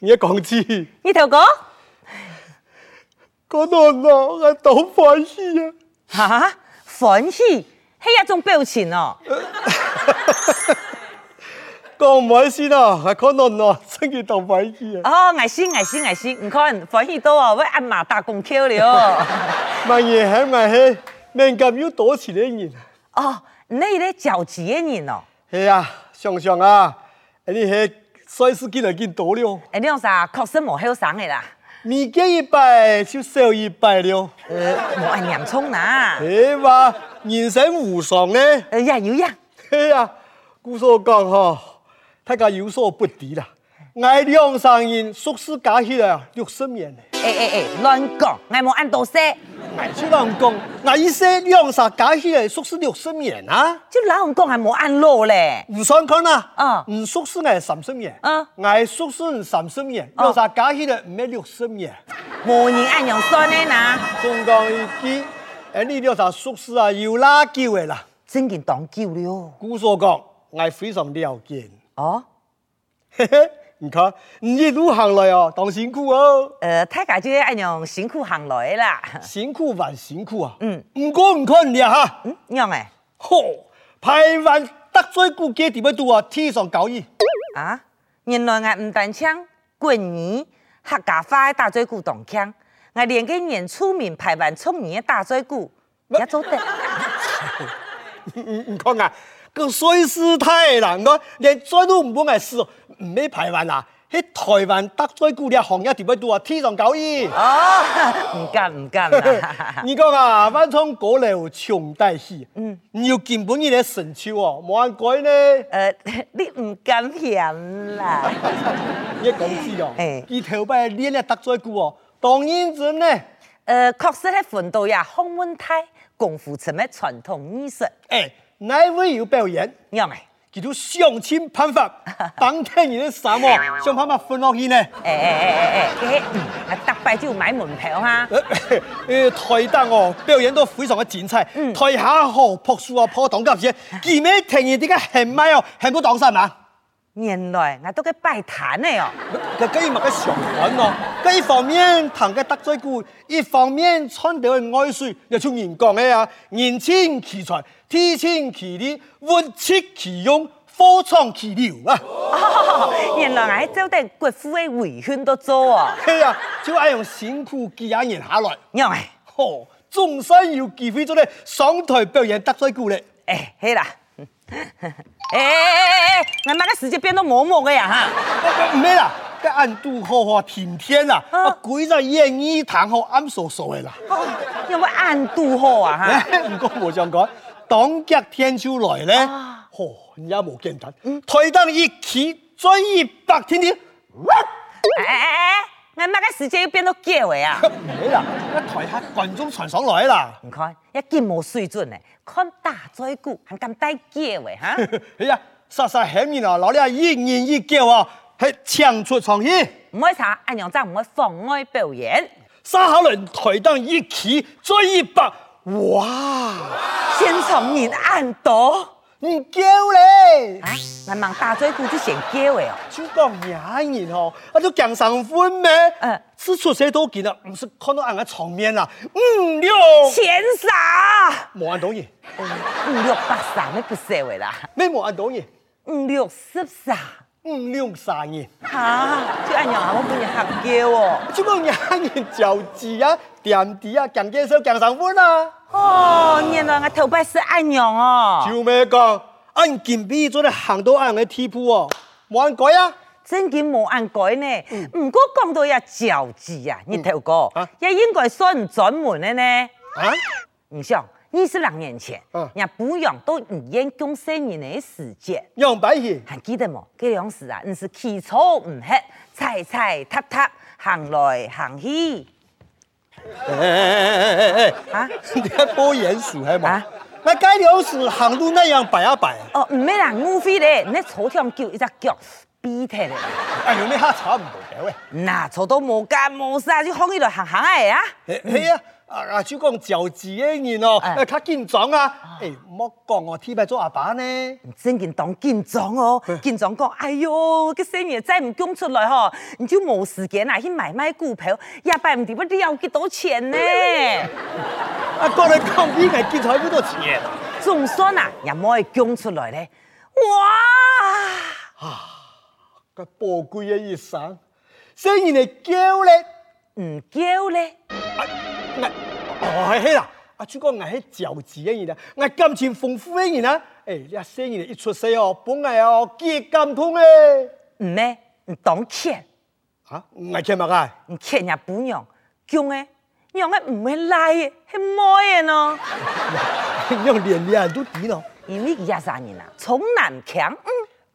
你一講知，呢條歌嗰度我係倒反氣啊！嚇反氣係一種表情哦。講唔開心啊，係嗰度我真係倒反氣啊！哦，危險危險危險，唔看反氣到哦，喂阿嫲打工 Q 了。哦咪嘢喺咪氣，命咁要多錢啲人。哦，你咧就自己人哦。係啊，常常啊，你係衰事見嚟見多了，誒，哎你講啥？確實冇後生嘅啦，未見一拜就少一拜了。冇係洋葱啦。你話人生無常呢？誒，呀有呀，嘿啊呀、古所講吼，大家有所不知啦。我梁上人碩士加起啊來六十年嘞，誒誒誒，亂講，我冇按到寫，我就人講，我意思梁上加起來碩士六十年啊，就老人講係冇按路咧。唔算講啦啊，唔碩士係三十年，啊我碩士係三十年，梁上加起來唔係六十年。冇人按樣算嘅啦，仲講一句，誒你梁上碩士啊有拉救的啦。真件當久了。古所講，我非常了解。哦，嘿嘿，你看，你一路行來哦，當辛苦哦。誒，大家就係按樣辛苦行來啦。辛苦還辛苦啊！嗯，唔過唔看你啊哈，嗯，樣誒，吼，排完得罪顧家點樣度啊？天上搞伊，啊，原來我唔單槍過年客家話嘅打嘴鼓當腔，我連個原住民排灣沖年嘅打嘴鼓也做得。唔唔看啊！個衰事太難個，連再都唔幫我事，唔咩排完啊！喺台灣得罪顧啲行業點樣度啊？天上搞伊，哦，唔敢唔 敢啦。你講啊，萬昌過嚟強大戲，嗯，你要根本要嚟神手哦，冇人改呢，誒，呃你唔敢騙啦。一講知哦，哎佢頭擺連嚟得罪顧哦，當然真呢，誒，確實係奮鬥呀，康文泰共扶成咩傳統藝術，哎，哪位有表演？樣咪？佢都相親辦法，當天你的沙漠想辦法分落去呢？誒誒誒誒誒，誒，啊特別就買門票啊哈。呃，呃台單哦，表演都非常嘅精彩，台下河朴樹啊，破檔急嘢，佢咩突然點解行埋哦，行到檔山嘛？原來我都嘅拜壇嚟哦。佢佢物嘅上款哦，佢一方面彈嘅得罪鼓，一方面穿到嘅愛水，又像人講嘅啊，人稱其才，天稱其理，物稱其用，科創其流啊！哦，原來我喺酒店國父嘅圍圈都做哦。嘿啊，就愛用辛苦幾廿年下來。樣咪？哦，仲需要機會做咧上台表演得罪鼓咧。誒，係哎啦。哎誒誒誒誒，我媽嘅時間變到冇冇嘅呀哈。唔咩啦，個暗度好好甜甜啦，啊啊，鬼在演藝堂好暗傻傻嘅啦。哎哦，因為暗度好啊哈。唔過我想講，當腳天秋來咧，啊哦，你也冇簡單，台燈一起，再一百天天。哎哎哎哎，俺那个时间又变到假的啊！唔咩啦，一台下群眾傳上來啦。 你看，一見冇水準的，看大嘴鼓還敢帶假的哈？哎呀，殺殺喊面啊，老咧一言一叫啊，係唱出創意。唔好查，俺娘仔唔會妨礙表演。沙好人台燈一起，再一百，哇！現場人按多，唔叫咧，啊，俺忙大嘴鼓就嫌假的哦。就講廿年吼，啊都江上分咩？嗯是出世多見啦，唔是看到俺嘅床面啦，五六，錢啥？冇按到嘢，五六八啥你不社會啦？咩冇按到嘢，五六十啥？五六三年，哈，就俺娘俺冇本人合叫哦。就講廿年就字啊，點字啊，江介紹江上分啊，哦，原來我頭擺是俺娘哦。就咩講，按金幣做咧行到俺嘅地步哦，冇按改啊，真嘅冇人改呢。唔過講到一招字啊，你頭哥嗯啊，也應該算唔轉門嘅呢。啊，唔像二十兩年前嗯，人補養都唔應公四年嘅時節，樣擺嘢，還記得冇？嗰樣時啊，唔是起草唔吃，踩踩踏踏，行來行去。哎誒誒誒誒誒誒。啊， 你看播鼹鼠还嘛啊？那该流屎行路那样摆啊摆，哦，唔咩人誤會咧，你草上叫一隻腳逼踢咧，哎呦，你下查唔到嘅喂。嗱，草到冇間冇晒，就放起來行行嘅啊！嘿嘿呀，啊啊啊，就讲嚼字嘅人哦，哎誒較緊張啊，誒莫講我天拜做阿爸呢，真件當緊張哦，緊張講，哎呦，個生意再唔供出來吼，你就冇時間啊去買賣股票，也擺唔掂不了幾多錢呢。啊講嚟講去係見財幾多錢，總算啊，也冇會供出來咧。哇，個寶貴嘅一生，雖然係叫咧。唔叫咧，啊，我哦係係啦，啊，主講我係嚼字嘅人啦，我感情豐富嘅人啦，誒，你阿生人一出世哦，本來哦幾感動嘅，唔咩，唔當欠，啊，我係乜啊？ 唔欠也不讓，供咧，讓嘅唔會賴嘅，係咩嘅呢？你連連都哦點咯？因為廿三年啊，從南強，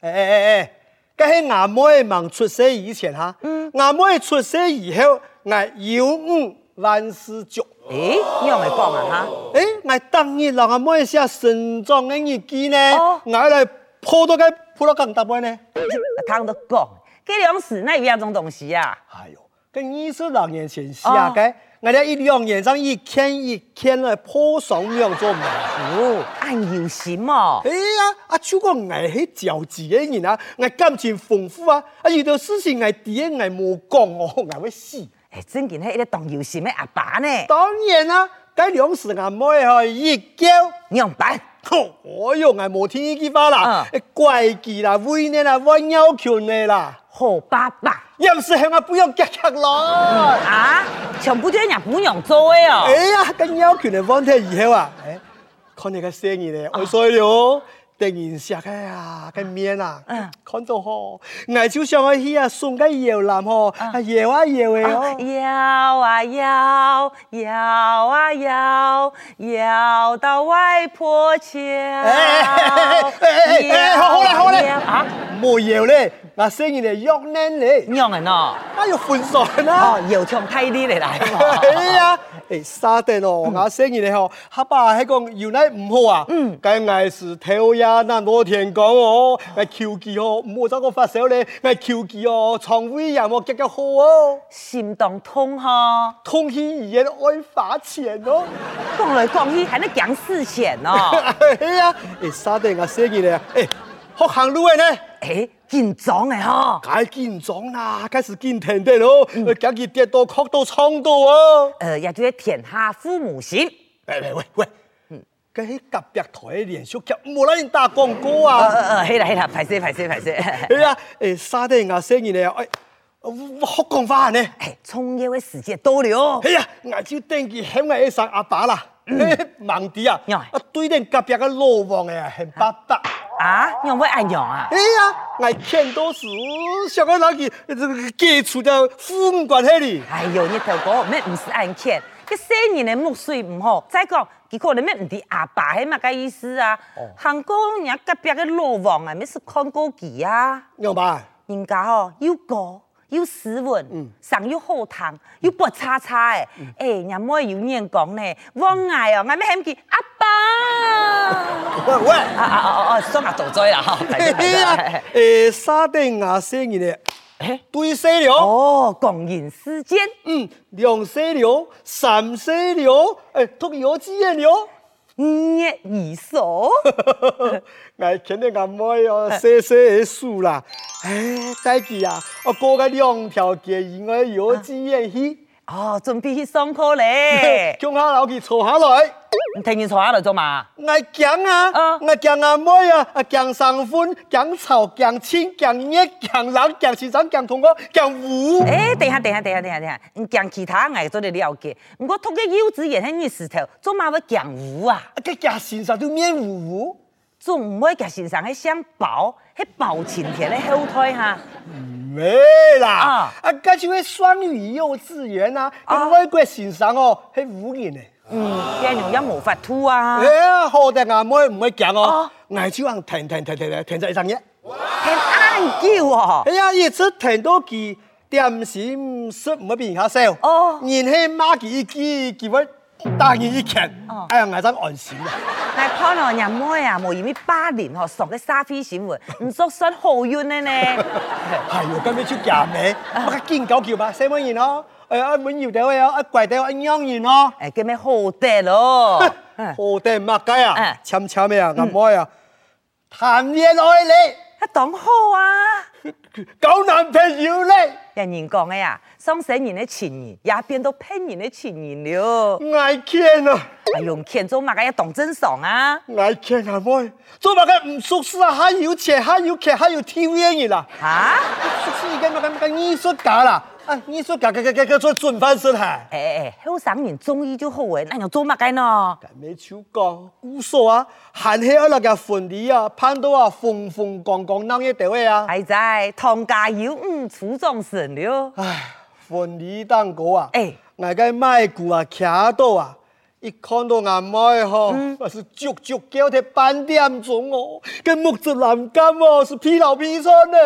嗯，誒誒誒誒，嗰係阿妹問出世以前哈，阿妹出世以後，我有五萬事足。誒，你又咪講啊哈？誒，我當然讓阿妹寫成長嘅日記呢，哦我嚟破到個破到更答案呢。他都講，計量時那有那種東西啊。哎呦，跟你是两年前下嘅，我哋一两年上一天一天来破上量做嘛。哦，按有心哦哎，呀，啊，超过我係嚼字嘅人啊，我感情豐富啊，啊遇到事情我第一我冇講我，我會死。哎，真件係一個當有心的阿爸呢，當然啦、該兩時阿妹去一叫。 樣板哦哟，我冇聽呢句話啦嗯，怪忌啦，為你啦，我要求你啦，好爸爸又唔是向我不要夾夾咯。啊，全部都係日本人做的哦。哎呀，跟要求的問題以後啊，哎，看你個生意咧，我衰了。突然食嘅啊，個面啊嗯，看到吼，我就上去去啊，送個搖籃吼，啊搖啊搖嘅啊哦，搖啊搖，搖啊搖，搖到外婆橋。哎哎哎哎哎好好嘞好好嘞搖啊，冇搖咧，我生意咧約靚咧，樣人哦，啊要分手啦。哦，搖唱睇啲嚟啦。 哎呀，誒沙爹咯，我生意咧吼，黑爸喺講搖奶唔好啊，梗係是頭呀，那冇聽講哦，我求其哦，唔好走個發燒咧，我求其哦，床位人我夾夾好哦。心當痛呵，通天也愛花錢咯。講來講去還在講事情哦。哎呀，誒，沙地我寫嘢咧，誒，學行路嘅呢，哎，緊張的吼。解見裝啦，開始見停地咯，今日跌到哭到創到哦。呃，也就是天下父母心。喂喂喂喂，佢喺隔壁台嘅連續劇冇啦，人打廣告呃啊。呃呃，係啦係啦，排泄排泄排泄。哎呀，誒，沙地我寫嘢咧，誒，我學講法呢。 哎，創業的時間到了哦。哎呀，我就等佢喊我一聲阿爸啦，盲啲啊呀，啊對定隔壁嘅老王嘅喊爸爸。啊，讓我按讓啊。哎呀，我看到是想要拿去这个解除掉父母关系哩。哎呦，你頭講咩唔是按欠，佢生年的木水唔好。再講，佢可能咩唔係阿爸係乜個意思啊？韓國人家隔壁嘅老王啊，咩是看過佢啊？明白？人家哦，又高又斯文，上又好堂，又白叉叉的。哎，人妹有人講呢，望愛哦，我咩喊佢阿爸。喂喂，啊啊啊啊！雙下倒追啦， 哈！哎 呀，诶，沙丁牙生意嘞，哎对死了，哦，共人世間，嗯，两死了，三死了，诶，都有经验了。一叶二 手， 我肯定阿妹哦，细细的数啦。哎，大姐啊，我过个两条街以外有经验去，。哦，準備去上課咧 叫下老去坐下来。你聽見坐下嚟做嘛？我驚啊啊！我驚阿妹啊！啊驚生歡，驚臭，驚清，驚熱，驚冷，驚先生，驚痛苦，驚污。誒，等下等下等下等下等下，唔講其他我做你了解。唔過讀嘅幼稚園喺你石頭，做嘛要講舞啊？啊個驚先生都面糊糊，仲唔會嘅先生喺想保，喺保前田嘅後腿哈。咩啦啊？啊，個就係雙語幼稚園啊！啊啊，外國先生哦，係污人誒。嗯，變用一無法度啊。哎呀，好的阿妹唔會驚哦啊，我只能停停停停停停在一上嘢。聽安叫哦。哎呀，一直停到佢點時唔識唔會變下笑。哦然後馬佢一記，佢會打佢一拳哦。哎呀，我真安心啦。但係可能人妹啊，無因為八年學上嘅沙飛閃回，唔作失好冤嘅呢。係喎，今日出嫁咩？我緊搞叫嘛，西門人咯。哎呀，anh muốn nhiều đéo em, anh quậy đéo anh nhong gì nó. 哎，叫咩好得咯？啊 Hồ tề mặc cái à, À. chăm chăm ấy à, ngắm môi à. Thản nhiên ôi lệ, 一當好啊！ cậu nam thề yêu lệ, 人人講嘅啊，雙死人的前言也變到騙人的前言了。 ngài kiên à, 啊，用錢做乜嘅一當真爽啊？ ngài kiên à môi. Tôi mà cái không xuất sắc hay yêu trẻ hay yêu kẻ hay yêu thiếu yên gì là. 吓？ Xuất sắc cái mà cái cái nghi xuất cả là, à nghi xuất cả cái cái cái cái chuẩn chuẩn phan sơn hải. 誒誒，後哎生人中意就好嘅，那又做乜嘅呢？ cái mấy chú con cú số à hàn hệ ở là cái phần lý à pan đô à phùng phùng còn còn năng như tiểu ấy à 係哎在唐家有五楚中神了。哎唉phần lý đang cố à Ê. ngài cái mai cụ à khá đô à ý con đô ngà mai ho mà sự chục chục kéo thế bán điểm chúng ngộ cái mục tự làm cam à sự phi lão phi son này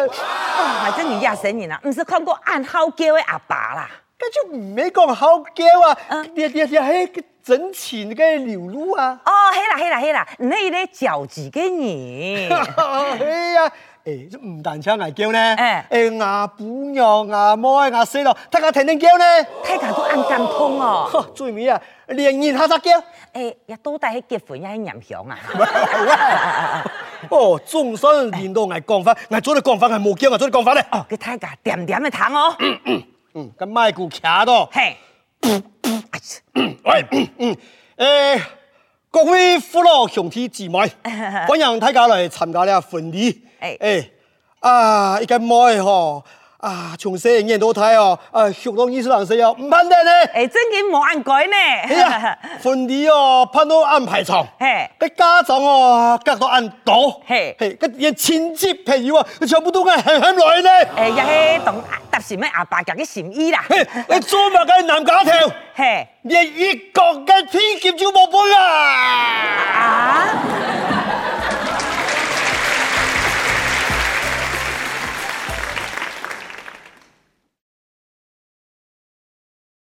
啊，反正你廿成人啊，唔是看過暗號叫嘅阿爸啦。 cái chú mấy con hao kéo à Ờ. đi đi đi hết cái chấn chỉ cái liều lũ à 哦，係啦係啦係啦，你咧嚼自己 人。 哎呀，誒唔但止牙膠咧哎，誒牙本又牙摸牙死咯，睇下停停 膠咧，睇下都暗咁通哦。呵最尾啊連然下隻 膠，誒，也到底係結婚也係人 響啊？哎哦終身連到牙降翻，牙早啲降翻，牙冇膠牙早啲降翻咧，啊佢睇下點點嘅糖哦。嗯咁咪顧卡多，嘿，喂嗯嗯誒各位父老兄弟姊 妹，歡迎大家嚟參加呢個婚禮，哎誒啊依家妹嗬。啊，從細年到大哦，啊，學到二十零歲哦，唔怕得咧。 誒，哎真嘅冇眼改哎呀呢。，婚礼哦，盼到安排床， 嘿个家长哦，隔到按倒，嘿嘿，个连亲戚朋友啊，全部都嗌狠狠来咧， 誒，又係同搭是咩阿爸嘅心意啦。嘿，你做乜嘅男家條，嘿。連一國嘅天劫都冇本啊！